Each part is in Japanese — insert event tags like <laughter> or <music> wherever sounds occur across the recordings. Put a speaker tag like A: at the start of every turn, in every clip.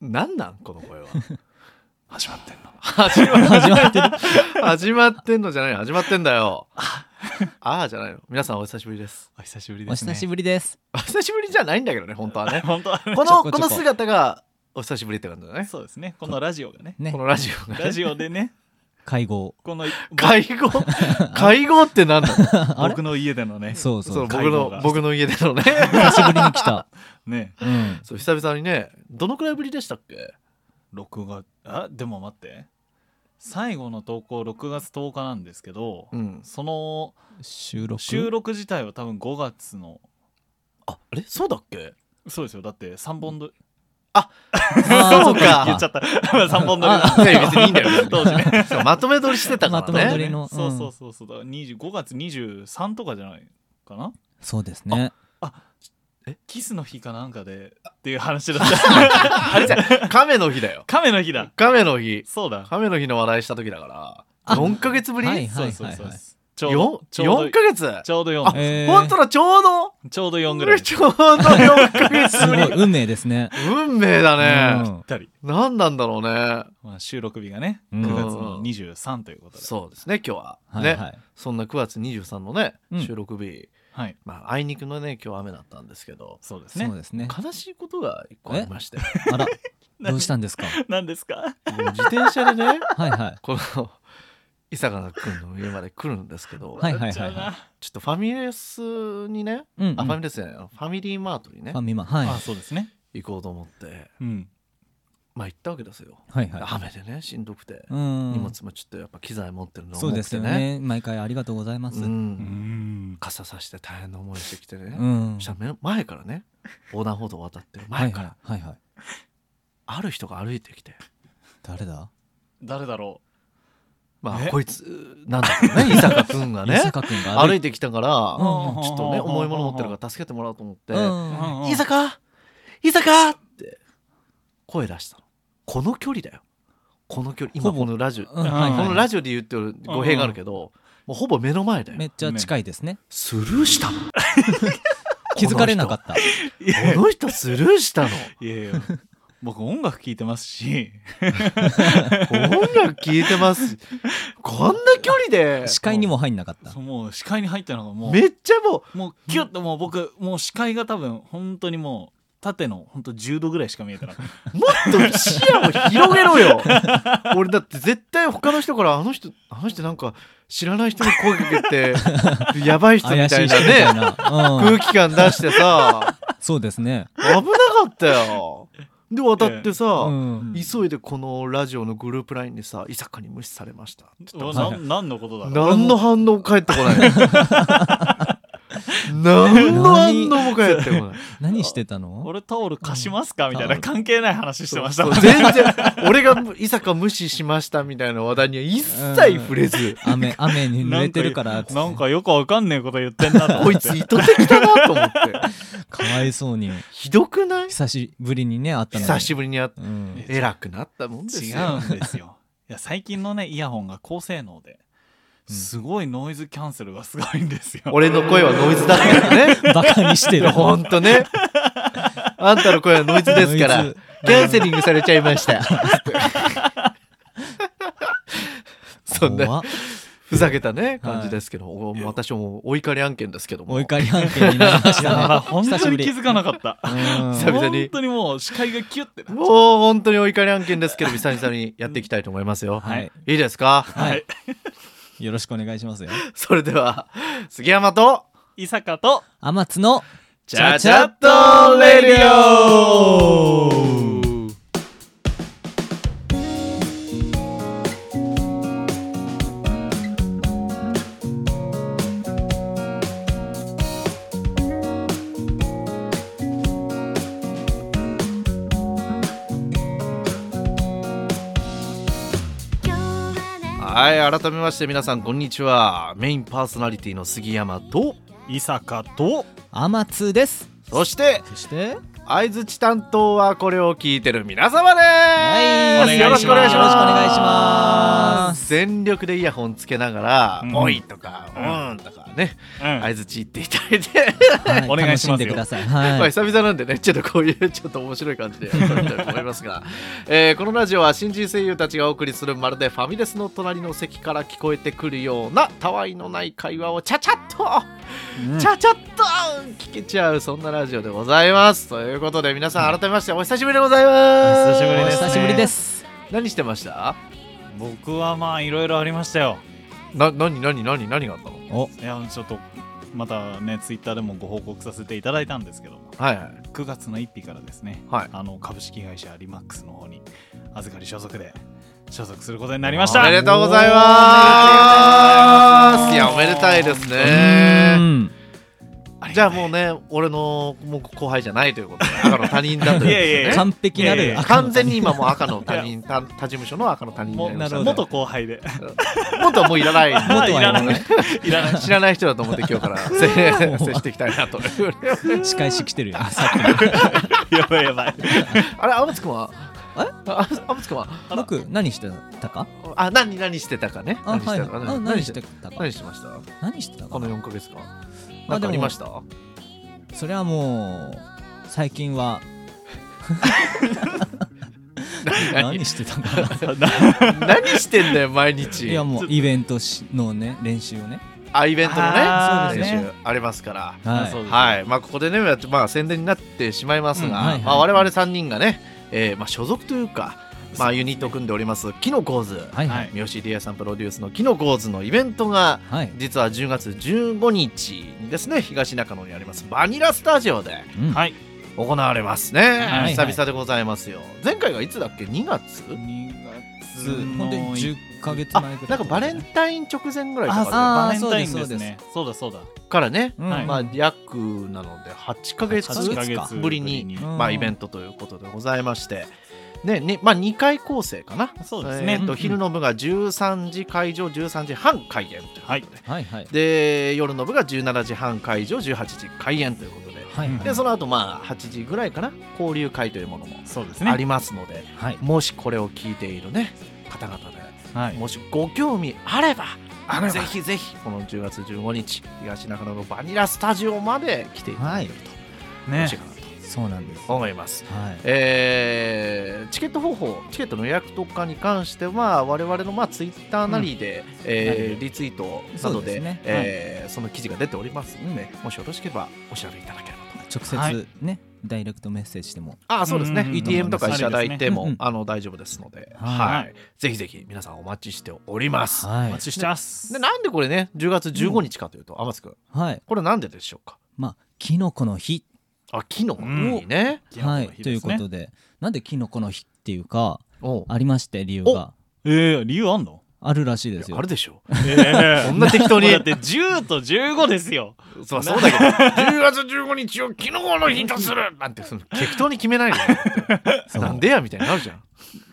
A: なんなんこの声は <laughs>
B: 始まってんの
A: 始ま
B: 始まってる
A: 始まってんのじゃないの始まってんだ
B: <laughs>
A: よああじゃないの皆さんお久しぶりです
B: お久しぶり
C: お
B: ですね
C: 久しぶりです
A: お久しぶりじゃないんだけどね本当
C: <laughs>
A: はね
B: 本当は <laughs> ね
A: こ
C: ちょ
A: の
C: こちょこ
A: この姿がお久しぶりって感じだね
B: そうですねこのラジオが
C: <laughs>
B: ね
C: ね
A: このラジオがね
B: ラジオでね
C: 会合
B: この
A: 会
C: <laughs>
A: 合会合って何なの
C: あれ
B: 僕の家でのね
C: そう
A: そ
C: そうう
A: 僕
B: 会合
A: の
B: が
A: 僕の家でのね
C: 久しぶりに来
A: <laughs>
C: た
B: ね
C: うん
A: そう久々にねどのくらいぶりでしたっけ
B: 録画あでも待って最後の投稿6月10日なんですけど、
A: うん
B: その
C: 収録
B: 収録自体は多分5月の
A: ああれそうだっけ
B: そうですよだって3本撮り
C: あー
A: そうか
B: 言っちゃった <laughs> 3本撮りなん
A: いや別にいいんだよ
C: <laughs>
A: 別に
B: 当時ね
A: そうまとめ撮りしてたか
C: まとめ
A: ら
C: 撮り
A: ね
C: の
B: そう
C: うん
B: そうそうそうだから20 5月23とかじゃないかな
C: そうですね
B: キスの日かなんかでっていう話だった
C: <laughs>
A: あれじゃん亀の日だよ
B: 亀の日だ
A: 亀の日
B: そうだ
A: 亀の日の話題した時だから
C: あ
A: 4ヶ月ぶり、
C: はい
B: そうそうそう
C: はいはいはい
B: ちょう
A: よ
B: ど
A: ん
B: ちょう
A: 4
B: ど
A: ヶ月
B: ちょうど
A: あ、
B: 4
C: えー
A: 本当だちょうど
B: ちょうど4ぐらいぴ
A: ちょうど4ヶ月
C: す
A: ぶ
B: <laughs>
C: ご
A: り
C: い運命ですね
A: 運命だね、
B: ったり、
A: 何なんだろうね
B: まあ、収録日がね
C: う
B: 9
C: ん
B: 月の23ということで、
A: そうですね今日は
C: うんは
A: ね、
C: いはい
A: そんな9月23のね、
C: うん
A: 収録日
B: はい
A: まああいにくのね今日雨だったんですけど
B: そうですね
C: そうですね
A: 悲しいことが1個ありまして
C: あ
A: <laughs>
C: らどうしたんですか
B: <laughs> 何ですか
A: もう自転車でね <laughs>
C: はいはい
A: この伊坂君の家まで来るんですけど、
C: はいはい
B: じゃ
C: は
B: あ
C: いはい
B: な
A: ちょっとファミレスにね、
C: うんうん
A: あファミレスじゃないのファミリーマートにね
C: ファミマはい
B: あそうですね
A: 行こうと思って
B: うん
A: まあ行ったわけですよ、
C: はいはい
A: 雨でねしんどくて、
C: うん
A: 荷物もちょっとやっぱ機材持ってるの
C: そう
A: 重
C: で
A: く
C: す
A: て
C: よ
A: ね
C: ね毎回ありがとうございます
A: う、
B: うんん
A: 傘さして大変な思いしてきてね、
C: うん
A: そしたら目前から
C: <laughs>
A: ね横断歩道渡ってる
C: は
A: 前
C: い
A: か
C: はい
A: ら
C: はいはい
A: ある人が歩いてきて、
C: 誰だ
B: 誰だろ
A: まあ
B: え
A: こいつなんだろ
C: <laughs>
A: うね伊坂君が
C: 伊
A: ね
C: 坂君が
A: 歩
C: い
A: いてきたから、
C: うん
A: ちょっとね重いもの持ってるから助けてもらおうと思って
C: て
A: 「
B: うん
A: 伊坂伊坂!」って声出したのこの距離だよこの距離今
C: ほぼ
A: このラジオ
B: はい
A: このラジオで言ってる語弊があるけど、もうほぼ目の前だよ
C: めっちゃ近いですね
A: スルーしたの
C: 気づかれなかった
B: いや
A: この人スルーしたの
B: いやいや僕音楽聴いてますし
A: 音楽聞いてますこんな距離で
C: 視界にも入んなかった
B: そうもう視界に入ったのがも
A: めっちゃも
B: うもうキュッともう僕もう視界が多分本当にもう縦の本当10度ぐらいしか見えてなかっ
A: うもっと視野を広げろよ俺だって絶対他の人からあの人あの人なんか知らない人に声かけてやばい人み
C: 怪
A: た
C: し
A: い
C: い人みた
A: ないね
C: なうん
A: 空気感出してさ
C: そうですね
A: 危なかったよで渡ってさ、
C: うん
A: 急いでこのラジオのグループラインでさ「伊坂に無視されました」って
B: た
A: 言っ
B: お
A: たら
B: な
A: さ
B: ん何のことだろう
A: 何の反応も返ってこない何の反応も返ってこない
C: 何してたの
B: 俺タオル貸しますかみたいな関係ない話してました
A: そ
B: も
A: うん全
B: ね
A: 然俺が伊坂無視しましたみたいな話題には一切触れず
C: 雨雨に濡れてるから
B: なんかなんかよくわかんねえこと言ってんなと
A: <laughs> こ
B: 思
A: い
B: っ
A: つ
B: て
A: 意図的だなと思って
C: かわいそうに
A: ひどくない
C: 久しぶりにね会ったのに
A: 久しぶりに会って
C: うん
A: 偉くなったもんです
B: 違
A: よ
B: うんですよいや最近のねイヤホンが高性能で
C: うん
B: すごいノイズキャンセルがすごいんですよ
A: 俺の声はノイズだったからね
C: バカにして
A: い
C: る
A: やほんとねあんたの声はノイズですか
C: ノイ
A: ら
C: ズ
A: キャンセリングされちゃいましたそんな
C: 怖っ
A: ふざけたね感じですけど、お私はもうお怒り案件ですけども
C: お怒り案件になりまし
B: いやだから
C: たね
B: 本当に気づかなかった
C: うん
A: <laughs> 久々に
B: 本当にもう視界がキュッてな
A: もう本当にお怒り案件ですけど久々にやっていきたいと思いますよ、
C: はい
A: いいです <laughs> か
C: はいよろしくお願いしますよ
A: それでは杉山と
B: 伊坂と
C: 天津の
A: チャチャットレディオはい改めまして皆さんこんにちはメインパーソナリティの杉山と
B: 伊坂と
C: 天津です
A: そして
C: そして
A: 相づち担当はこれを聞いてる皆様です、
C: はい
B: お願いします
A: よろしくお願いし
C: よろしくお願いし
A: ま
C: ますます
A: 全力でイヤホンつけながら「
B: うん
A: おい!」とか「
B: う
A: うん
B: ん」
A: とかね
B: うん
A: 相づち言っていただいて、
C: は
B: お願いしますよ
C: 楽んでください。
A: まあ
C: はい。
A: 久々なんでねちょっとこういうちょっと面白い感じでやってみたいと思います
B: <laughs>
A: が、えーこのラジオは新人声優たちがお送りするまるでファミレスの隣の席から聞こえてくるようなたわいのない会話をちゃちゃっと
B: うん
A: ちゃちゃっと聞けちゃうそんなラジオでございますということで皆さん改めましてお久しぶりでございます
B: お久しぶり
C: お
B: ですね
C: 久しぶりです。
A: 何してました
B: 僕はまあいろいろありましたよ
A: な何何何何があったの
C: お、
B: いやちょっとまたねツイッターでもご報告させていただいたんですけども
A: はいはい
B: 9月の1日からですね、
A: はい
B: あの株式会社リマックスの方に預かり所属で所属することになりました
A: おめでとうございま
B: おめでとうございます
A: すいやおめでたいです
C: う
A: ね
C: ん
A: じゃあもうね俺のもう後輩じゃないということで赤の他人だということで、ね、
B: いやいやいや
C: 完璧なる
B: いやいや
C: 赤の
A: 完
C: 他人
A: 全に今もう赤の他人他他事務所の赤の他人にな
B: もう
A: りました
C: なるほど
B: 元後輩で <laughs>
A: もっとはもういらない
C: 元はいい
B: ら
C: ら
B: な
C: ないい
B: いらない
A: 知らない人だと思って今日
C: <laughs>
A: からせ接していきたいなという
C: 仕返し来てるよ。さっきの
B: やばいやばい
A: あれ、天津くんは
C: え
A: あ天津くんは
C: 僕何してたか？
A: あ、何、何してたかね。
C: あ、
A: 何し
C: は
A: て
C: い。
A: たかね
C: あ、何してたか
A: 何？してました
C: 何してた
A: こ
C: か
A: の
C: な？
A: 4ヶ月間。なんかありました
C: それはもう最
A: <laughs>
C: 近は何してたかな？
A: 何してんだよ、毎日。
C: いやもうイベントしのね練習をね。
A: あ、イベントのね、
B: あー
C: そう
A: 練
C: ですね
A: 習ありますから。
C: は
B: そう
C: い。
B: です
A: はい、まあ、ここでね、まあ、宣伝になってしまいますが、
C: うんはいはい
A: まあ、我々3人がね、えーまあ、所属というか、まあ、ユニットを組んでおります、キノコーズ、
C: はいはい
A: 三好理恵さんプロデュースのキノコーズのイベントが、
C: はい。
A: 実は10月15日にですね、東中野にあります、バニラスタジオで、
C: うん
B: はい
A: 行われますね、
B: はい
A: 久々でございますよ前回がいつだっけ2月
B: 2
C: ず本当に十ヶ月
A: あ
C: 前ぐらい。
A: なんかバレンタイン直前ぐらいだか
B: バ
C: あー
B: レンタイン
C: そう
B: で
C: ですす
B: ねそうだそうだ
A: らからね、
C: うん。
B: はい
A: まあ約なので8ヶ月
B: 8ヶ
C: 月
A: ぶりに、
C: うん
A: まあ、イベントということでございましてねねまあ2回構成かな
B: そうですね
A: えーと昼の部が13時会場13時半開演ということで,、
B: はい
C: はいはい。
A: で夜の部が17時半会場18時開演ということで
C: はいはい
A: でその後まあ8時ぐらいかな交流会というものも
B: そうですね
A: ありますので、
C: はい。
A: もしこれを聞いているね方々で
B: はい
A: もしご興味あれば
B: あれば
A: ぜひぜひこの10月15日東中野のバニラスタジオまで来ていただけると
B: ね
A: 嬉しいかな
C: そうなんです。
A: と思います。
C: はい。
A: えーチケット方法チケットの予約とかに関しては我々のまあツイッターなりで、えーリツイートなど
C: そう
A: で
C: ですね
A: えーその記事が出ておりますので、もしよろしければお調べいただければと
C: 直
B: はい
C: 接ねダイレクトメッセージでも
A: ああそうですね、
B: うんうんうん
A: DM とかいただいても、
C: うんうん
A: あの大丈夫ですので、
C: はい
A: はい、ぜひぜひ皆さんお待ちしております。
B: お
C: は
B: 待ちしてます
A: でなんでこれね10月15日かというと、天津君
C: い、はい、
A: これなんででしょうか
C: まあキノコの日、
A: あ昨日にね、
C: はいということでなんでキノコの日っていうか
A: おう
C: ありまして理由が
B: ええ理由あ <laughs> んの
C: あるらしい
A: い
C: です
A: や
C: よ
A: あるでしょ
B: え
A: こんな適当に
B: だって10と15ですよ
A: <laughs> そうそうだけど10月15日 <laughs> を昨日の日とするなんてその適当に決めない <laughs>
C: そ
A: の
C: う
A: なんでやみたいになるじゃん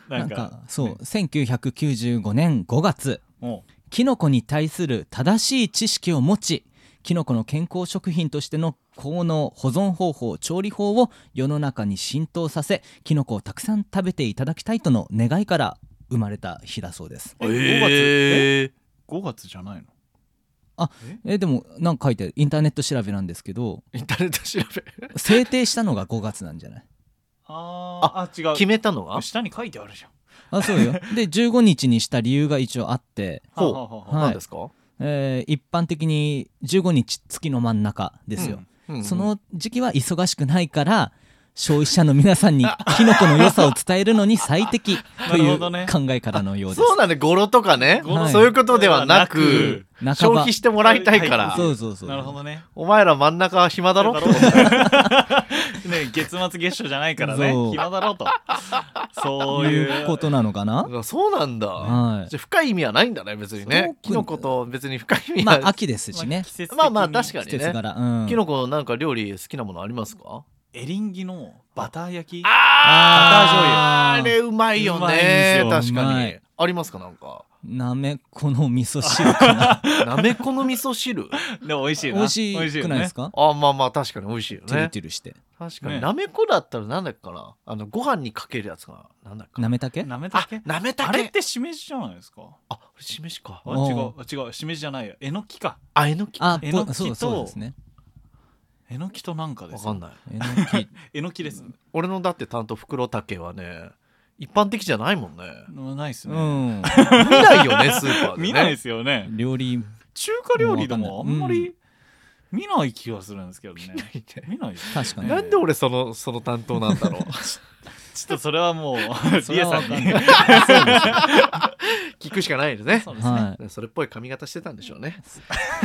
C: な
B: なんん
C: か
B: か
C: そう、1995年5月
B: も
C: キノコに対する正しい知識を持ちキノコの健康食品としての効能保存方法調理法を世の中に浸透させキノコをたくさん食べていただきたいとの願いから生まれた日だそうです
B: え
A: え
B: う5月じゃないの
C: えでもなんか書いてあるインターネット調べなんですけど
A: インターネット調べ
C: 制定したのが5月なんじゃない
B: あーあ違
A: 決めたのは
B: う下に書いてあるじゃん
C: あそうよで15日にした理由が一応あって、
A: ほう
B: はははは
C: はい
A: 何ですか、
C: えー一般的に15日月の真ん中ですよ、
A: うんうん
C: その時期は忙しくないから消費者の皆さんにキノコの良さを伝えるのに最適と
B: なる
C: い
B: ほ
C: う
B: ど
C: 考
B: ね
C: え方のようです
A: そうなんで語呂とかね、
B: 語呂
A: そういうことではなく
C: 半ば
A: 消費してもらいたいから、
B: は
C: そうそうそう
B: なるほどね
A: お前ら真ん中は暇だろ
B: だろ <laughs> ね月末月初じゃないからね
C: そう
B: 暇だろうとそうい
C: いううことなのかな
A: あそうなんだ、
C: はい
A: じゃあ深い意味はないんだね別に
C: そ
A: ね
C: う
A: キノコと別に深い意味
C: ま
A: は、
C: あ秋ですしね
B: 季、節的に
A: まあまあ確か
C: 季
A: に
C: 節
A: ね
C: 柄うん
A: キノコなんか料理好きなものありますか
B: エリンギのバター焼き
A: ああ
B: ー
A: れうまいよ
B: うまいんです
A: ね
B: よ
A: 確
C: う
A: か
C: ま
A: に
C: い
A: ありますかなんか
C: なめこの味噌汁かな
A: なめこの味噌汁
B: でも美味しいな
C: 美味しくないです
B: か
C: か、
A: あまあまあ確かに美味しいよ
C: てる
A: ね
C: てるして
A: 確かに、
B: ね
A: なめこだったらなんだっけかなあのご飯にかけるやつがなんだっけか
C: なめたけ
B: なめた
A: あ
B: けあ
A: なめたけあ
B: れってしめじじゃないですか
A: あこれしめしか
B: あ
C: お
B: 違う
C: ー
B: あ違うしめじじゃないよえのきか
A: あえのき
C: あ
B: え
C: ぼ
B: のきと
C: そうだそうですね
B: えのきとなんかで
A: わ
B: す
A: かんない
C: えのき
B: えのきです
A: 俺のだって担当袋竹はね一般的じゃないもんね
B: ないっす
C: う
B: ね
C: ん
A: 見ないよ
B: <laughs>
A: ねスーパーで、ね、
B: 見ないですよね
C: 料理
B: 中華料理でもあ
C: もうわかんない
B: んまり見ない気がするんですけどね見ないです
C: 確かに
B: ね
A: なんで俺そのその担当なんだろう
B: <laughs> ちょっとそれはもう
C: そ
B: リ
C: れ
B: エさ
C: は
B: ん
C: わかんな
B: に
C: い
A: 聞くしかないですね
B: そうですね
C: は
A: それっぽい髪型してたんでしょうね。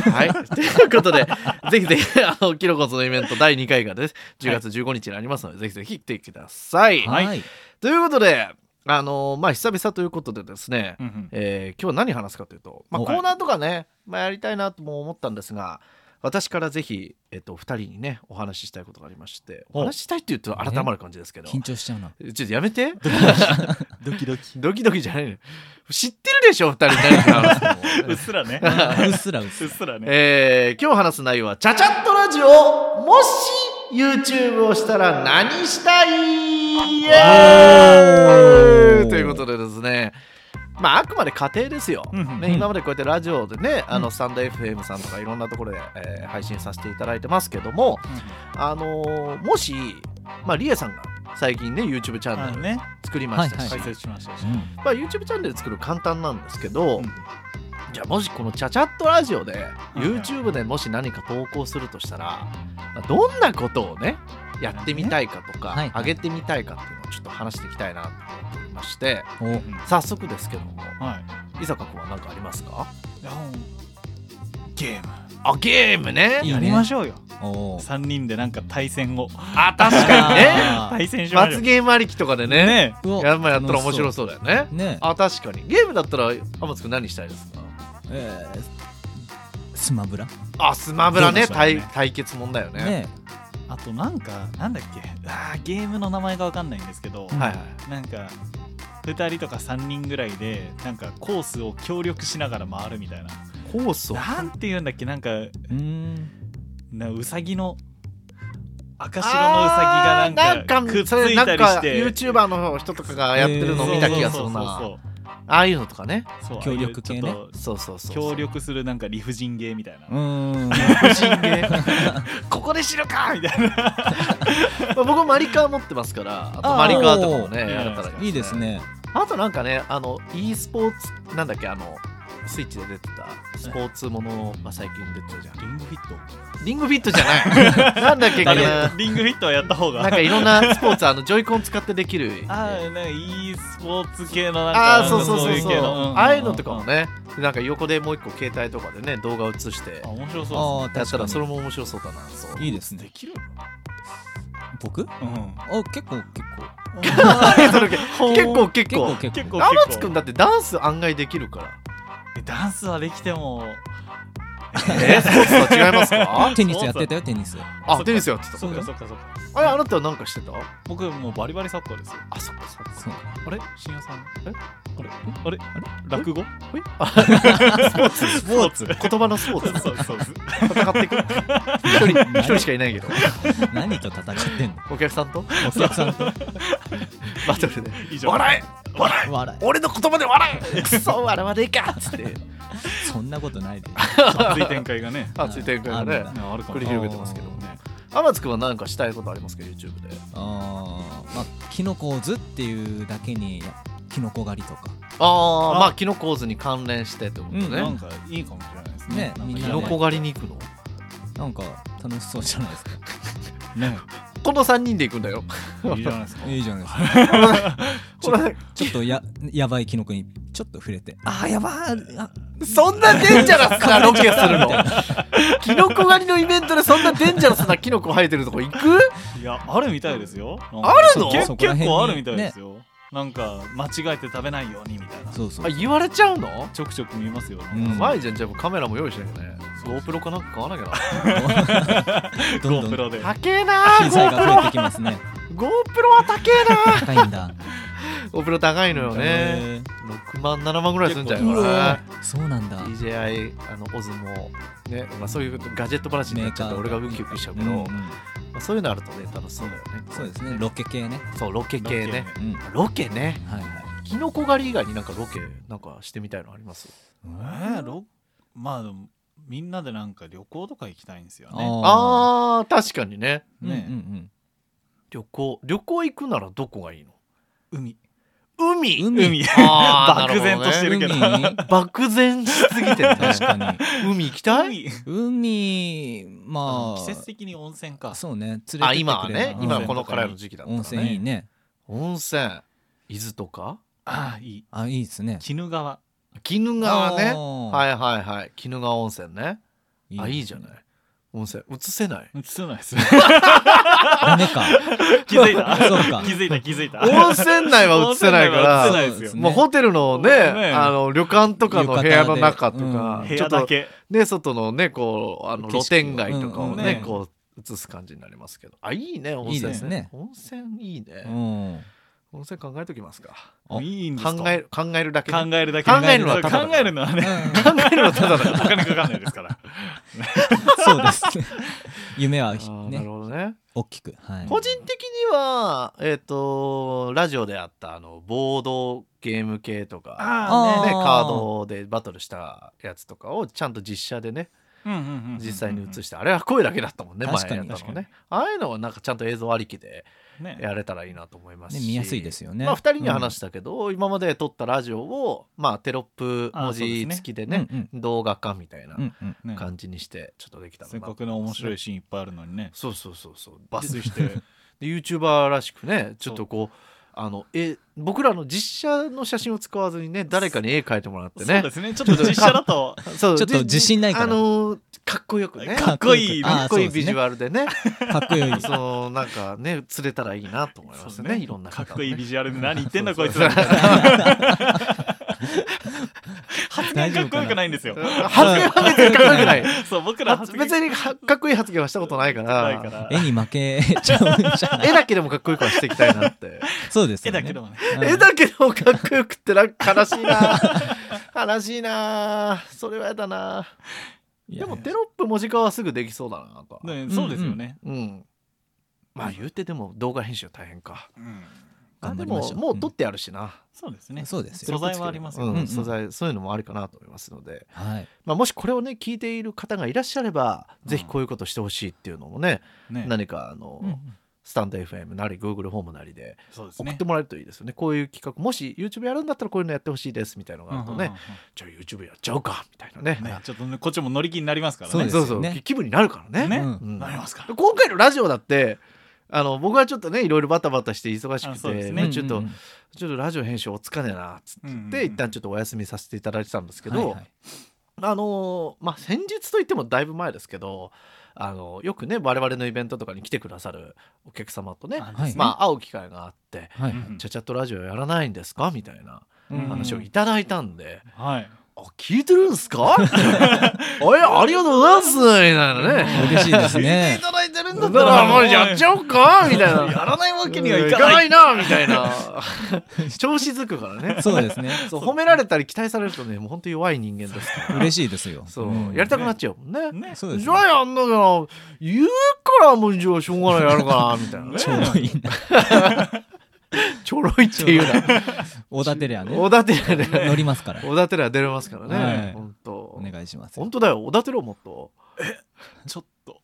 A: はい、ということで、ぜひぜひ、あの、キノコズのイベント第2回がです。10月15日にありますので、ぜひぜひ来てください。
C: い
B: はい
C: はい
A: ということで、あのまあ、久々ということでですね、
B: うんうん
A: えー今日は何話すかというと、まあ、
B: お
A: コーナーとかね、まあ、やりたいなとも思ったんですが私からぜひ、えっとお二人にねお話ししたいことがありましてお
B: お
A: 話ししたいっていうと改まる感じですけど、
C: 緊張しちゃうな
A: ちょっとやめて
B: ドキドキ
A: ドキドキじゃないのよ知ってるでしょ二人何話すの
B: うっすらね
C: うっすらうっす
B: うっ
C: ら
B: すらね
A: えー今日話す内容は「ちゃちゃっとラジオ」もし YouTube をしたら何したいイエー
C: おー
A: イということでですねまああくまで家庭ですよ、
B: うんうん
A: ね、今までこうやってラジオでねあ
C: う
A: の
C: ん
A: スタンド FM さんとかいろんなところで、えー配信させていただいてますけどもあのーもし、まあ、リエさんが最近ね YouTube チャ
B: あ
A: ンネル
B: ね
A: 作りましたし、
C: はい
B: 解説しましたし
C: うん
A: まあ、YouTube チャンネル作るの簡単なんですけど、
B: うん
A: じゃあもしこの「ちゃちゃっとラジオで」
B: いはい
A: YouTube でもし何か投稿するとしたら、まあどんなことをねやってみたいかとか、
C: はいはい
A: 上げてみたいかっていうのをちょっと話していきたいなと思っておりまして
C: お
A: 早速ですけども
B: はい
A: 伊坂君は何かありますか
B: ゲーム
A: あゲームね
C: いいね
B: やりましょうよ
C: おー
B: 3人でなんか対戦を
A: あ確かにね
C: あー
B: 対戦しましょ
A: <laughs> 罰
B: う
A: ゲームありきとかでね
B: ね
C: うわ
A: やんまやったら面白そうだよね
C: ね
A: あ確かにゲームだったら天津君何したいですか
C: えースマブラ
A: あスマブラね
B: そうですよ
A: 対
B: ね
A: 対決問だよね
C: ね
B: あとなんかなんだっけあーゲームの名前がわかんないんですけど、
A: はいはい
B: なんか2人とか3人ぐらいでなんかコースを協力しながら回るみたいな
A: コースを
B: なんて言うんだっけなんか
C: うーん
B: なうさぎの赤白のう
A: あ
B: さ
A: ー
B: ぎがなんかくっついたり
A: なんか
B: して
A: それなんか YouTuber の人とかがやってるのを見た気がするな、
B: そう
A: ああいうのとかね
B: そうそうそうそう
C: 協力系ね
B: ああいうちょっ
A: そうそう
B: と
A: そう <laughs>
B: 協力するなんか理不尽ゲーみたいな、
C: うーん
A: 不審げ
B: ここで知るかみたいな
A: 僕マリカー持ってますからあと
C: あー
A: マリカーとかもね
B: おー
A: やれたら
C: いいですね
A: あとなんかねあの e スポーツなんだっけあのスイッチで出てたスポーツものが最近出てたじゃ
B: リングフィット
A: んリングフィットじゃ
B: <laughs>
A: ないなんだっけか
B: あれ
A: な
B: リングフィットはやった方が
A: なんかいろんなスポーツあのジョイコン使ってできる
B: ああ、なんか e スポーツ系のなんか、
A: ああそうそうそう
B: い
A: そう
B: 系のんんんん
A: ああいうのとかも。ねなんか横でもう一個携帯とかでね動画映して
B: あ、面白そう
C: ああ
A: やっ
C: 確
A: た
C: からに
A: それも面白そうだなそう <laughs>
C: いいです
B: ですね。
C: ね
B: きる
C: 僕
B: うん。
C: あ結構結構
A: 結構結構
C: 結構
B: 結
C: 結
B: 構
C: 構
A: 天津くんだってダンス案外できるから
B: ダンスはできても、
A: <laughs> えー、スポーツとは違います <laughs> か
C: テニスやってたよテニス
A: あテニスやってた
B: そっ
A: もん
B: か
A: ね
B: そっかそっか。
A: あれあなたは何かしてた
B: 僕もうバリバリサッカーですよ。
A: あそっかそっ
C: そう
B: あれ深夜さん。
A: え
B: あれあれ落語
A: ほい
B: スポーツスポーツ
A: 言葉のスポーツ
B: そうそうそう。
A: 戦っていく <laughs> 一人一人しかいないけど
C: 何と戦ってんの
A: お客さんと <laughs>
C: お客さんと
A: バト <laughs> ルで「
B: 以上。
A: 笑え笑え
C: 笑
A: 俺の言葉で笑えクソ笑わねえか!」っつって
C: いそんなことないで
B: 熱い展開がね。
A: 熱い展開が
C: あるん
A: ね
C: だ
B: あるか
A: 繰
B: も
A: り
B: ね。
A: 広げてますけど
C: あ
A: 天津くんは何かしたいことありますか YouTube で
C: あーまあキノコをずっていうだけにキノコ狩りとか
A: ああ
B: あ
A: まあキノコ図に関連してってことね、
C: うん
B: なんかいいかもしれないですね。
C: ね
B: なんか
C: みん
A: キ
C: な
A: ノコ狩りに行くの
C: なんか楽しそうじゃないですか
B: ね。
A: この3人で行くんだよ
B: いいじゃない
C: <laughs>
B: ですか。
C: いいじゃないですか
A: これ
C: ちょっとややばいキノコにちょっと触れてあーやばーあ
A: そんなデンジャラスなロケするのキノコ狩りのイベントでそんなデンジャラスなキノコ生えてるとこ行く
B: いや、あるみたいですよ。
A: あるの
B: 結
C: そこら辺
B: 結
C: に
B: 構あるみたいですよ。なんか、間違えて食べないようにみたいな。
C: そうそう
A: あ言われちゃうの
B: ちょくちょく見ますよ。
C: ん
A: 前じゃんじゃあカメラも用意しなきゃね GoPro かなんか買わなきゃな
C: <laughs> どんどん
B: GoPro で。
A: 高えな
C: 機材が増えてきますね
A: GoPro は高えな
C: 高いんだ
A: お風呂高いのよね。
B: え
A: 6万、7万ぐらいするんじゃない
B: 結構
A: か
C: そうなんだ
A: な。DJI、あの、オズも、ね、まあそういうガジェット話になっちゃって、
C: メー
A: 俺
C: カーが
A: がウキウキしちゃう
B: ー
A: け
B: う
A: ど、
B: んうん
A: まあそういうのあるとね、楽しそうだよね。
C: そうですねロケ系ね
A: そう、ロケ系ね。
C: うんは
A: ロケね。
C: いはい
A: キノコ狩り以外になんかロケ、なんかしてみたいのあります
B: えーロまあでもみんなでなんか旅行とか行きたいんですよね。
C: あ
A: あー、確かにね。
C: ー
B: ね
C: うんうん
A: 旅行、旅行行くならどこがいいの
B: 海。
A: 海
C: うん海
B: 海。
A: <laughs> あー
B: 漠然としてるけど
C: 海
A: 漠然しすぎてるね
C: 確かに
A: 海行きたい
B: 海。
C: 海まあ
B: 季節的に温泉か。
C: そうね連れてってくれ
A: あ今はね
C: ば
A: 今
B: は
A: このからの時期だったら
C: 温泉いい
A: ね
C: ね
A: 温泉伊豆とか
B: ああいい。
C: あいいですね
B: 鬼怒川。
A: 鬼怒川ねはいいはいはい鬼怒川温泉ね
C: い
A: あいいじゃない温泉映せ
B: <laughs>
A: ない
B: 映
A: <laughs>
B: せないです
C: ダメか
B: 気づいた。
C: そうか
B: 気づいた気づいた。
A: 温泉内は映せないか
B: 温泉内は映せな
A: ら
B: いですよ
C: そう
A: もうホテルのね
B: そうね
A: あの旅館とかの部屋の中と
C: 浴
A: か
B: 部
C: 衣
A: ちょ
B: 屋
A: っ
B: だ
A: と
B: け。
A: ね外のねこうあの
C: 景色を
A: 露天街とかを
B: うんうん
A: ね
B: ね
A: こう映す感じになりますけどあいいね温泉
C: いいですね
A: 温泉いいうね
C: ん
A: 温泉考えときますか
C: あ
B: いいんですか。
A: 考える考えるだけね
B: 考えるだけ。
A: 考えるのはただだ
B: 考えるのはね。
A: 考えるのただだ
B: お
A: <laughs>
B: 金かかんないですから。
C: そうです <laughs> ね夢は
A: な
C: ね
A: るほどね
C: 大きくはい
A: 個人的にはえっ、とラジオであったあのボードゲーム系とか
C: あー
A: ね、
C: あー
A: カードでバトルしたやつとかをちゃんと実写でね
B: うんうんうんうん
A: 実際に映してあれは声だけだったもんね前
C: 確か
A: やっ
C: に
A: たのねああいうのはなんかちゃんと映像ありきで
B: ね
A: やれたらいいなと思います
C: ね
A: し、
C: 見やすいですよね
A: まあ、2人には話したけど、今まで撮ったラジオを、まあ、テロップ文字付きでね
C: うん
A: 動画化みたいな
C: うんうん
B: ね
A: 感じにしてちょっとできたら
B: せっ
A: なと
B: か
A: 思
B: くの面白い
A: いますね
B: シーンいっぱいあるのにね。
A: そうそうそうそう
B: 抜
A: 抜粋
B: 粋
A: し
B: してて。
A: で YouTuber らしくねちょっとこうあのえ僕らの実写の写真を使わずにね誰かに絵描いてもらって
B: そう
A: ね
B: ですね。ちょっと実写だと。
A: そう
C: ちょっと自信ないから
A: あのーかっこよくね
B: かっこいい
A: かっこいい
C: あーそうですね
A: ビジュアルでね
C: かっこよ
A: <laughs>
C: い
A: そのなんかね釣れたらいいなと思いますねいろんな
B: か
A: 方
B: っ
A: をね
B: こいいビジュアルで何言ってんだこいつ
A: そう
B: ら
A: そう <laughs>
B: 発言かっこよくないんですよ
A: 発言は別にかっこよくない
B: <laughs> そう僕ら発
A: 別
B: 言
A: にかっこいい発言はしたことないか
B: ないからら
C: 絵に負けちゃうんじゃない
A: 絵だけでもかっこよくはしていきたいなって
C: そうです
B: 絵
C: よね
A: <laughs>
B: だけでもね
C: うん
A: 絵だけどかっこよくってなん
B: <laughs>
A: か悲しいな悲しいなそれはやだないで
C: や
A: もテロップ文字化はすぐできそうだなとは
B: ねそうですよね
A: うんまあ言うてでも動画編集大変か
B: うん
A: あ
C: 頑張
A: で
C: りま
A: も
C: しょう
A: もう撮ってあるしな、
B: そうですね
C: そうです
B: 素
C: よ
B: 材はありますよ
A: うん
C: うんうん
A: 素材そういうのもありかなと思いますので、
C: はい
A: まあ、もしこれをね聞いている方がいらっしゃれば、ぜひこういうことしてほしいっていうのもね、
B: ね
A: 何かあの、
C: うん
A: スタンド FM なり Google ホームなりで
B: そうです
A: 送っ
B: ね
A: てもらえるといいですよねこういう企画もし YouTube やるんだったらこういうのやってほしいですみたいなのがあるとね、
B: うんうん
A: じゃあ YouTube やっちゃおうかみたいなね
B: うんねちょっとねこっちも乗り気になりますから
C: そう
B: ね
C: です
A: そ
C: よ
A: うそう
C: ね
A: 気分になるからね
B: ね
C: うん
A: うん
B: なりますから
A: 今回のラジオだってあの僕はちょっとねいろいろバタバタして忙し
B: あ
A: く
B: そうで
A: て、
B: す
A: ま
B: ね
A: あちょっと、
C: うんうんうん
A: ちょっとラジオ編集おつかねえなっつって、
B: うんうんうん
A: 一旦ちょっとお休みさせていただいてたんですけど、
C: はいはい
A: あのーまあ先日といってもだいぶ前ですけどあのよくね我々のイベントとかに来てくださるお客様とね
B: あ
C: はい
A: まあ会う機会があって
C: はい
B: うん
A: 「
C: は
A: ちゃちゃっとラジオやらないんですか?」みたいな
B: うん
A: 話をいただいたんで
B: はい
A: 「あ聞いてるんす <laughs> か? 」おいありがとうございます」みたいなね。
C: い嬉しいです
A: 聞い <laughs> て
C: ね
A: いただいてるんだった <laughs> らもうやっちゃおうかみたいなやらないわ
B: けにはいかない
A: なみたいな調子づくからね
C: そうですね
A: そう褒められたり期待されるとねもう本当弱い人間ですから
C: 嬉しいですよ
A: そう、
C: ん
A: やりたくなっちゃうもんね
B: ね
C: そうです
A: じ
C: ね
A: ゃあやんだから言うからもうじゃあしょうがないやるかなみたいなね
B: ね
C: ちょうどいいな
A: ちょろいっていうな
C: 大立てりゃね
A: 小田寺で
C: 乗りますから
A: 小田寺出れますから
C: は
A: ね
C: い
A: 本当
C: お願いします
A: 本当だよ小田寺をもっと
B: ちょっ
A: <laughs>
B: と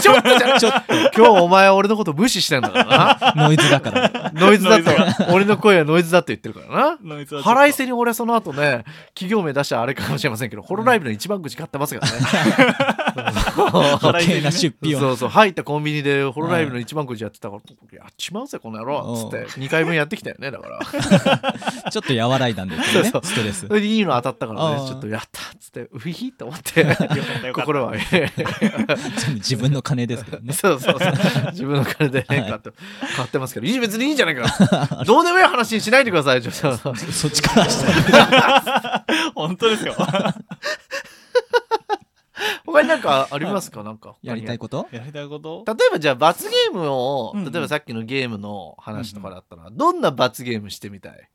A: ちょっとじゃない
C: ちょっ
A: 今日お前俺のこと無視してんだからな
C: とノイズだから
A: ノイズだ
B: ノイズ
A: と俺の声はノイズだって言ってるから
B: ノイズ
A: な
B: はちょっと
A: 腹いせに俺その後ね企業名出したらあれかもしれませんけどホロライブの一番口買ってます <laughs> からね
B: 腹い
C: 余
B: せにね
C: 計な出費を
A: そうそう入ったコンビニでホロライブの一番口やってたからやっちまうぜこの野郎っつって2回分やってきたよねだ <laughs> から
C: ちょっと和らいだんですよね
A: そう
C: ストレス
A: それでいいの当たったから
C: あ
A: ね
C: ー
A: ちょっとやったっつってウヒヒって思って
B: よかったよかった
A: 心
B: <laughs>
A: は
C: 自分の金ですけどね
A: <laughs> そうそうそう自分の金でね買って買ってますけどいい別にいいんじゃないかなどうでもいい話にしないでくださいちょっと
C: そっちからしたら
B: 本当ですよ
A: 他になんかありますかなんか
C: やりたいこと
B: やりたいこと
A: 例えばじゃあ罰ゲームを
B: うんうん
A: 例えばさっきのゲームの話とかだったら、どんな罰ゲームしてみたい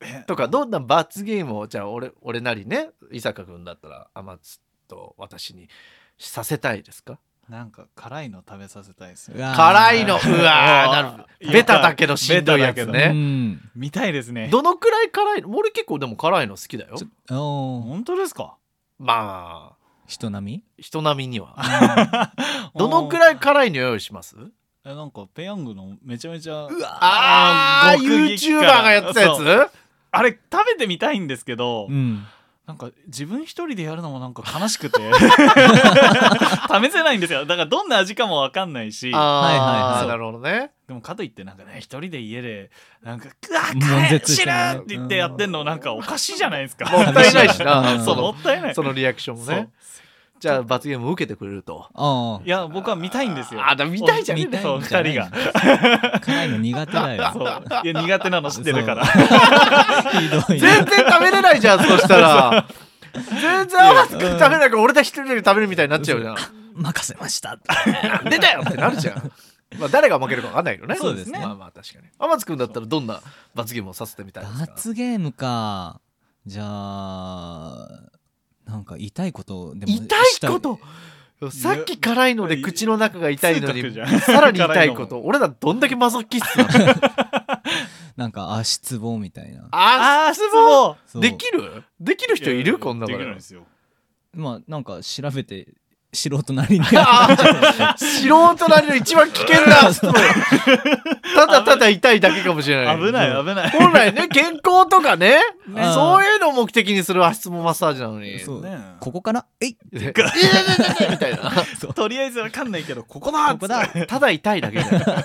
B: え
A: とかどんな罰ゲームをじゃあ俺俺なりね伊坂君だったら天津と私にさせたいですか
B: なんか辛いの食べさせたいです
C: う
B: ね
C: わー
A: 辛いのうわー
B: うわー
A: なるほどベタだけどしんどいやつ
B: ベタだ
A: ね
C: うん
B: 見たいですね
A: どのくらい辛いの俺結構でも辛いの好きだよ
C: ちょおー
B: 本当ですか
A: まあ
C: 人並
A: 人並みには <laughs> どのくらい辛いの用意します
B: えなんかペヤングのめちゃめちゃ
A: ああ
B: 極激
A: YouTuber
B: 辛
A: がやってたや
B: そ
A: つ
B: うあれ食べてみたいんですけど、
C: みうん
B: なんか自分一人でやるのもなんか悲し
A: <laughs>
B: くて試せないんですよだからどんな味かもわかんないし
A: あ
C: はいはいはい
A: あ
C: そう
A: なるほどね
B: でもかといってなんかね一人で家でなんか「うわ
C: 悶
B: っ
C: 絶し
B: 知
C: てる
B: らん!」って言ってやってんのなんかおかしいじゃないですか
A: もったいないし
C: う
A: なん
B: <laughs> そ
A: そう
B: も
A: の
B: ったいない
A: そのリアクションもねじゃあ罰ゲームを受けてくれると
C: あ
B: いや僕は見たいんですよ
A: あーだから見たいじゃん
B: ね
C: 見たい
B: そう
C: じゃ
B: 2
C: ない
B: 人が
C: あ辛いの苦手だよ
B: そういや苦手なの知ってるから
C: ひど
A: 全
C: いね
A: 然食べれないじゃんそしたら全然合わせて食べれないから俺たち一人で食べるみたいになっちゃうじゃん
C: 任せました
A: <laughs> なんでだよってなるじゃんまあ誰が負けるか分かんないけどね
C: そうですね
A: まあまあ確かに天津君だったらどんな罰ゲームをさせてみたいですか
C: 罰ゲームかじゃあなんか痛いことでも
A: 痛
C: した
A: いことさっき辛いので口の中が痛いの
B: 痛い
A: に
B: じゃん
A: さらに痛いこ
B: 辛
A: と俺らどんだけマゾキスト
B: <laughs>
A: なの
C: なんか足つぼみたいな
A: あ
B: ああ失望
C: そう
A: できるできる人いるこんな
B: で
A: こ
B: き
A: と
B: ないですよ
C: まあなんか調べて素人なりに
A: あ素人なりの一番危険な
B: <laughs>
A: 質問ただただ痛いだけかもしれない
B: 危ない危ない
A: 本来ね健康とかね
C: ね
A: そういうのを目的にする足つぼマッサージなのに
C: そう
B: ね
C: ここからえい
A: でいやいやいやいやみたいな
B: とりあえずわかんないけどここだ
C: ここだ
B: っつって
A: ただ痛いだけじゃんただ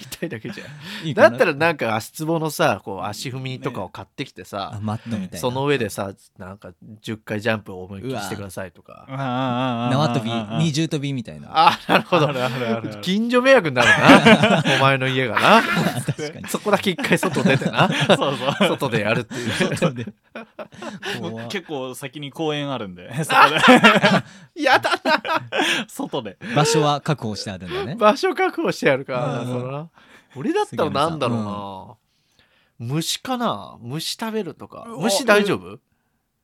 A: 痛いだけじゃん
C: いいか
A: だ
C: な
A: ったらなんか足つぼのさこう足踏みとかを買ってきて
C: あ
A: さ、
C: マットみたいな
A: その上でさなんか10回ジャンプを思いっきりしてくださいとか
B: 縄
C: 縄跳び二重跳びみたいな
A: あなるほど
B: あるあるあるある
A: 近所迷惑にな
C: <laughs>
A: るなお前の家がな
C: <laughs> 確かに
A: そこだけ一回外出て
C: <laughs>
A: な
B: そうそう
A: 外でやるっていう
C: そうで
B: も
C: 怖
B: う
C: っ
B: 結構先に公園ある
A: <laughs>
B: んでそこで
A: やだな <laughs>
B: 外で
C: 場所は確保してあるんだね
A: 場所確保してやるか
C: うん
A: そら俺だったらなんだろうな、虫かな虫食べるとか
B: うわ
A: 虫大丈夫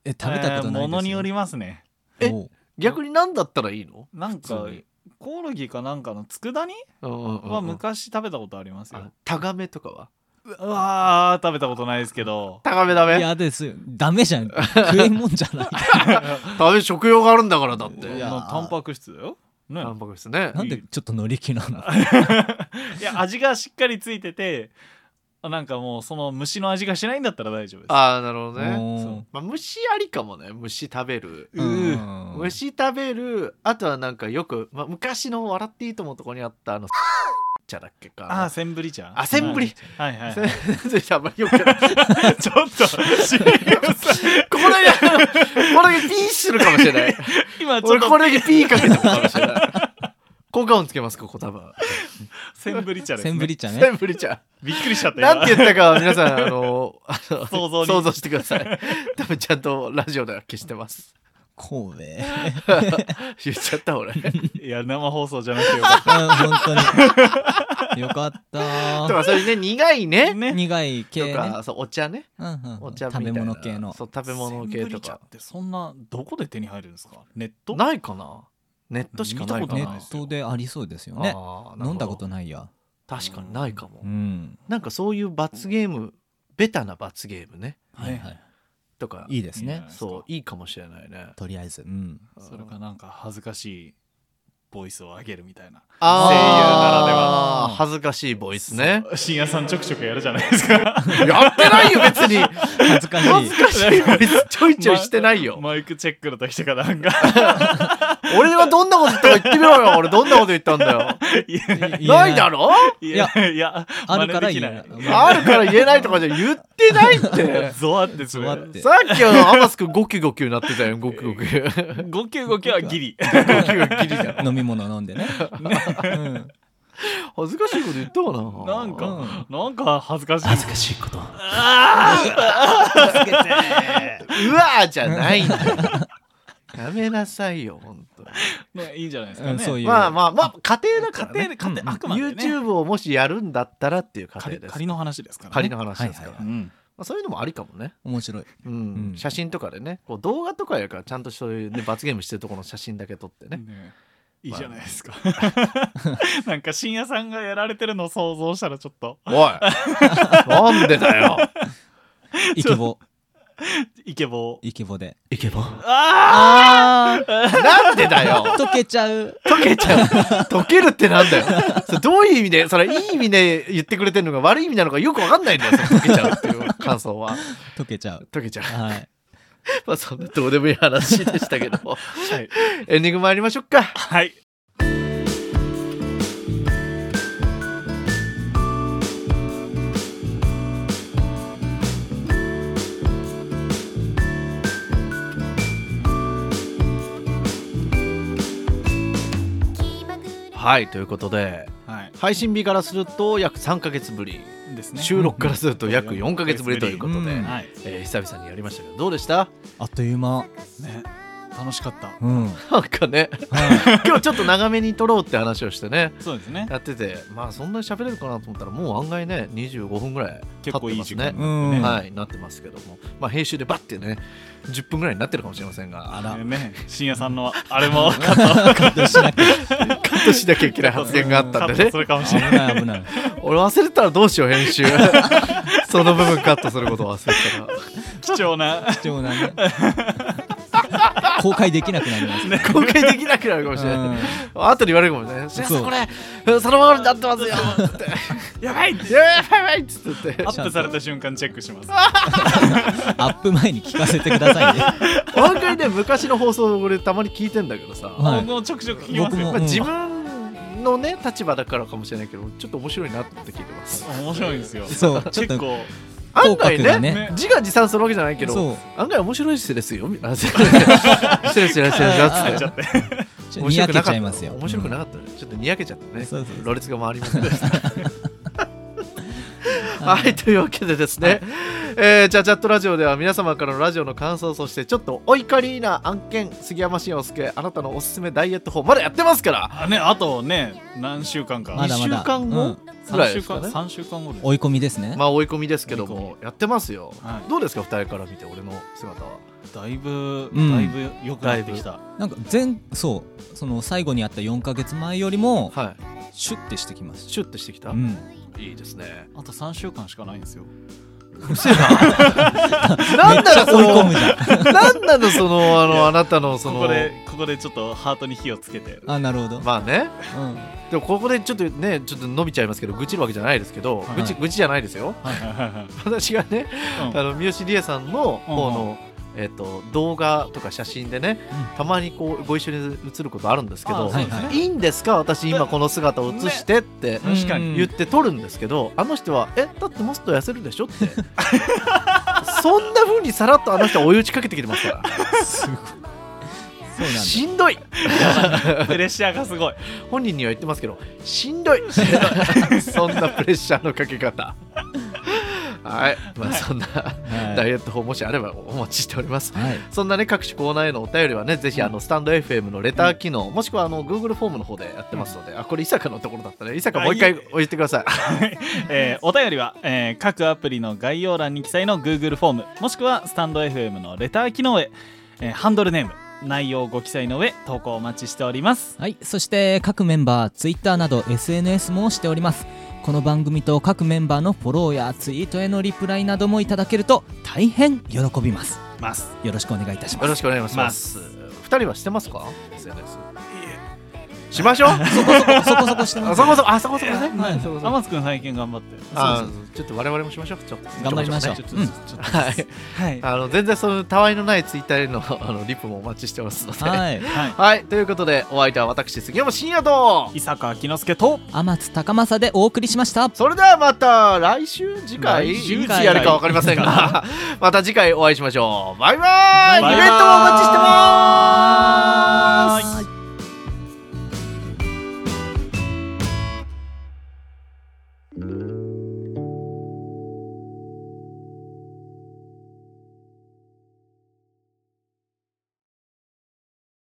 C: え食べたことないですよ
B: ものによりますね
A: え
C: おう
A: 逆に何だったらいいの
B: なんか
A: 普通に
B: コオロギかなんかの佃煮
A: うんうんうん
B: は
A: うん
B: 昔食べたことありますよ
A: あタガメとかは
B: うわー食べたことないです
A: <laughs>
B: けど
A: タガメダメ
C: いやですよダメじゃん食えんもん
A: <laughs>
C: じゃない
A: 食べ食用があるんだからだっ
C: い
A: て
C: や
B: まあタンパク質だよね
A: タンパク質ね
C: なんでちょっと乗り気なの
B: <laughs> いや味がしっかりついててなんかもうその虫の味がしないんだったら大丈夫です
A: ああなるほどね、
C: おー
B: そう
A: まあ、虫ありかもね虫食べる
B: う
C: うん
A: 虫食べるあとはなんかよく、まあ、昔の「笑っていいとも」とこにあったあの「茶だっけ
B: あー
A: か
B: センブリ茶
A: あ <laughs> センブリ
B: はいはい、はい
A: 先生あんまりよくない
B: <laughs> ちょっと、
A: <laughs>
B: し
A: ここだけあのこれだけピーするかもしれない
B: 今ちょ
A: 俺
B: っ
A: ことれだけピーかけてるかもしれない効果音つけますここ多分
B: センブリ茶です、
C: セ
B: ね。
C: ンブリ茶
A: セ
C: ね
A: ンブリ茶
B: びっくりしちゃった。
A: なんて言ったかは皆さんあのあの
B: 想像に
A: 想像してください多分ちゃんとラジオでは消してます <laughs>
C: 神戸うん
A: 言っちゃった
C: <laughs>
A: 俺
B: 今いや、生放送じゃなくてよかっ
C: 本当によかっ
A: <laughs>
C: た
A: とかそういうね苦い
B: た。
A: ね
B: ね。
C: 苦い
A: と
C: 系ね
A: かそうお茶ね
C: うんうんう
A: お
C: ん
A: 茶み
C: 食
A: たいな
C: べ物系の
A: そう食べ物系
B: センブ
A: と
B: リ茶
A: か
B: ってそんな、どこで手に入るんですかネット
A: ないかなネットしかないかな
B: 見
C: ネ
B: たことない
C: ットでありそうですよね
A: あー
C: 飲んだこと
A: な
C: ないや
A: るほど確かにないかも、
C: うん
A: なんかそういう罰ゲームベタな罰ゲームね
C: はいは
B: ね
C: い
A: とか
C: いいです
B: いい
C: ね
B: ね
A: そういいかもしれないね
C: とりあえずうん
B: それかなんか恥ずかしいボイスを上げるみたいな。
A: あー
B: 声優ならでは
A: あー恥ずかしいボイスね
B: そう。深夜さんちょくちょくやるじゃないですか。
A: やってないよ別
C: <laughs>
A: に
C: 恥ずかしい
A: 恥ずかしいボイスちょいちょいしてないよ、
B: マイクチェックの時とかなんか。
A: 俺はどんなこと言ったか言ってみろよ俺どんなこと言ったんだよ
B: <laughs> いや、
C: 言え
A: ないだろ
B: いや、いや、
C: あるから
B: 真似
C: 言
B: で
C: え
B: き
C: な
B: な
A: あ
B: い
A: るから言えないとかじゃ言ってないって <laughs>
B: い。ゾワってする
C: ゾ。ワって
A: さっきはアマス君ゴキゴキになってたよゴキゴ <laughs> キゴキゴキ
B: 5級5級はギ
A: ギリ
B: リ。
A: だ
C: 飲み物飲ん
A: <laughs>
C: でねうん
A: 恥ずかしいこと言ったかな
B: なん
C: う
B: か
C: ん、
B: なんか恥ずかしい。
A: 恥ずかしいことう
B: ああ
A: わーじゃないんだよやめなさいよ本当に
B: まあいいんじゃないですか
C: う
B: ね、
C: んそういう
A: まあまあまあ家庭だから、
B: 家庭
A: ね
B: で、家庭あくまでね
A: YouTube をもしやるんだったらっていう家庭
B: 仮
A: です
B: 仮の話ですから、ね、
A: 仮の話ですから、
C: はいはいは
B: う
C: い
B: ん
A: まあ、そういうのもありかもね、
C: 面白い
A: うん
C: うん
A: 写真とかでねこう動画とかやからちゃんとそういう、ね、罰ゲームしてるところの写真だけ撮ってね、
B: ねいいじゃないですか、 <laughs> なんか深夜さんがやられてるのを想像したらちょっと
A: おいなんでだよ
C: イケボ
B: イケボー
C: イケボで
A: <laughs> いけば
B: あ
C: あ
A: なんでだよ
C: 溶けちゃう
A: 溶けちゃう溶けるってなんだよそれどういう意味でそれいい意味で言ってくれてるのか悪い意味なのかよくわかんないんだよその溶けちゃうっていう感想は
C: 溶けちゃう
A: 溶けちゃう
C: はい
A: まあそんなどうでもいい話でした <laughs> けども
B: ーはい、
A: エンディング参りましょうか
B: はい、
A: はいということで
B: はい
A: 配信日からすると約3ヶ月ぶり
B: ですね
A: 収録からすると約4ヶ月ぶりということで、
C: うん
B: はい
A: えー久々にやりましたけどどうでした
C: あっという間
B: ね楽しかった
C: うん
A: なんか <laughs> ね
C: はい
A: 今日ちょっと長めに撮ろうって話をしてね
B: そうです
A: <laughs>
B: ね
A: やっててまあそんなに喋れるかなと思ったらもう案外ね25分ぐらい経
B: 結
A: って
B: 構い
A: ま
B: い
A: す
B: 時
A: ね
B: 間
C: う
B: うん
C: ん
A: はい、なってますけども、まあ、編集でバッてね10分ぐらいになってるかもしれませんが
C: あら
B: ね深夜さんのあ
A: <laughs>
B: れも
C: 感動しなきゃ
A: カットしなきゃいけない発言があったんでね
B: それかもし
C: 危
B: れない
C: ない危ない
A: 俺忘れてたらどうしよう編
B: <laughs>
A: 集その部分カットすることを忘れてたら
B: 貴重
A: <laughs>
B: な
C: 貴重なね公開できなくなりますね
A: 公開できなくなるかもしれない、後で言われるかもしれない「しらさんこれそのままになってますよ」つって
B: やばい
A: 「やばいやばいやばい」っつって
B: アップされた瞬間チェックします
C: アップ前に聞かせてくださいね
A: 案外ね昔の放送俺たまに聞いてんだけどさ、
C: はい
B: もうちょくちょく聞きます
C: 僕
B: よ
C: も
A: まあ自分のね立場だからかもしれないけどちょっと面白いなと思って聞いてます
B: 面白いんですよ
C: そうちょ
B: 結
C: っと
B: 構
A: 案外
C: 口角
A: ね
C: がね
B: ね
A: 自画自賛するわけじゃないけ
C: そ
A: ど
C: う
A: 案外面白いですよみたいな失礼失礼失礼失礼っ
C: あ
A: つ
B: ち
A: っ
B: ゃ
A: て
B: って
C: ちょっと
A: 面
C: に
A: 白
C: や
A: く
C: け
A: な
C: ち
A: か
C: ゃ
A: っ
C: い
A: た
C: ますよ
A: 面白くなかったねちょっとにやけちゃったね
C: そうそうそう
A: ろれつが回りませんでした
C: あ
A: はいというわけでですね、えー、チャチャットラジオでは皆様からのラジオの感想そしてちょっとお怒りな案件杉山慎介あなたのおすすめダイエット法まだやってますから
B: あねあとね何週間か
C: まだまだ
A: 2週間後ぐら
B: 3
A: い
B: 週
A: ですか
B: 間
A: ね
B: 三週間後です
C: 追い込みですね
A: まあ追い込みですけど
B: 追い込
A: もやってますよ、
B: はい
A: どうですか二人から見て俺の姿は
B: だいぶ
C: うん
B: だいぶ良くなってきた
C: なんか前そうその最後にあった4ヶ月前よりも
A: はい
C: シュッてしてきます
A: シュッとしてきた、
C: うん
A: いいですね
B: あと三週間しかないんですよ
A: なんだろ
C: めっちゃ追い <laughs> 込む
A: う
C: じゃん
A: そのなんなのそのあのあなたのそ
B: こ
A: の
B: こでここでちょっとハートに火をつけて
C: あなるほど、
A: まあね
C: うん
A: でもここでちょっとねちょっと伸びちゃいますけど愚痴るわけじゃないですけど、
B: はい
A: 愚痴愚痴じゃないですよ
B: はいはいはいはい
A: 私がね、
B: うん
A: あの三好理恵さんの方の、えっと動画とか写真でね、
C: う
A: たまにこうご一緒に写ることあるんですけ
B: あ
A: ど、、
B: そう
C: はい
B: ですね
C: はい
A: いんですか私今この姿を写してって
B: 確かに
A: 言って撮るんですけど、あの人は「えだってもっと痩せるでしょ?」って <laughs> そんな風にさらっとあの人は追い打ちかけてきてますか
C: <laughs> すごいそう
A: ら
C: なんだ
A: しんどい
B: プレッシャーがすごい
A: 本人には言ってますけどしんどい <laughs> そんなプレッシャーのかけ方はいまあそんなダイエット法もしあればお待ちしております
C: はい、はい、
A: そんなね各種コーナーへのお便りはねぜひあのスタンド FM のレター機能、もしくはあの Google フォームの方でやってますので、あこれ伊坂のところだったね伊坂もう一
B: あ
A: 回
B: いい
A: 言ってください
B: えーお便りは、えー各アプリの概要欄に記載の Google フォームもしくはスタンド FM のレター機能へ、えーハンドルネーム内容をご記載の上投稿お待ちしております
C: はい、そして各メンバー Twitter など SNS もしておりますこの番組と各メンバーのフォローやツイートへのリプライなどもいただけると大変喜びます
B: ます
C: よろしくお願いいたしま
A: よ
C: す
A: ろしくお願いし
B: ま
A: ます。二人はしてますか？SNS。しましょう。
C: そこそこそこそこしてま
A: あ
C: す
A: そこそこあそこそこね。
C: はい
A: はいそこそこ
B: 天津君最近頑張って
A: あちょっと我々もしましょう。ちょっと
C: 頑張りましょう
A: ちょっと
C: うん
A: はい。
B: はい
A: あの全然そのたわいのないツイッターへのあのリプもお待ちしてますので。はい。
C: はい
B: はい
A: ということでお相手は私杉山真也と。
B: 伊坂明之助と
C: 天津高政でお送りしました
A: それではまた来週次回
B: 来週
A: いつやるかわかりませんがまた次回お会いしましょう。バイバイ。
C: バイバイ
A: イベントもお待ちしてます。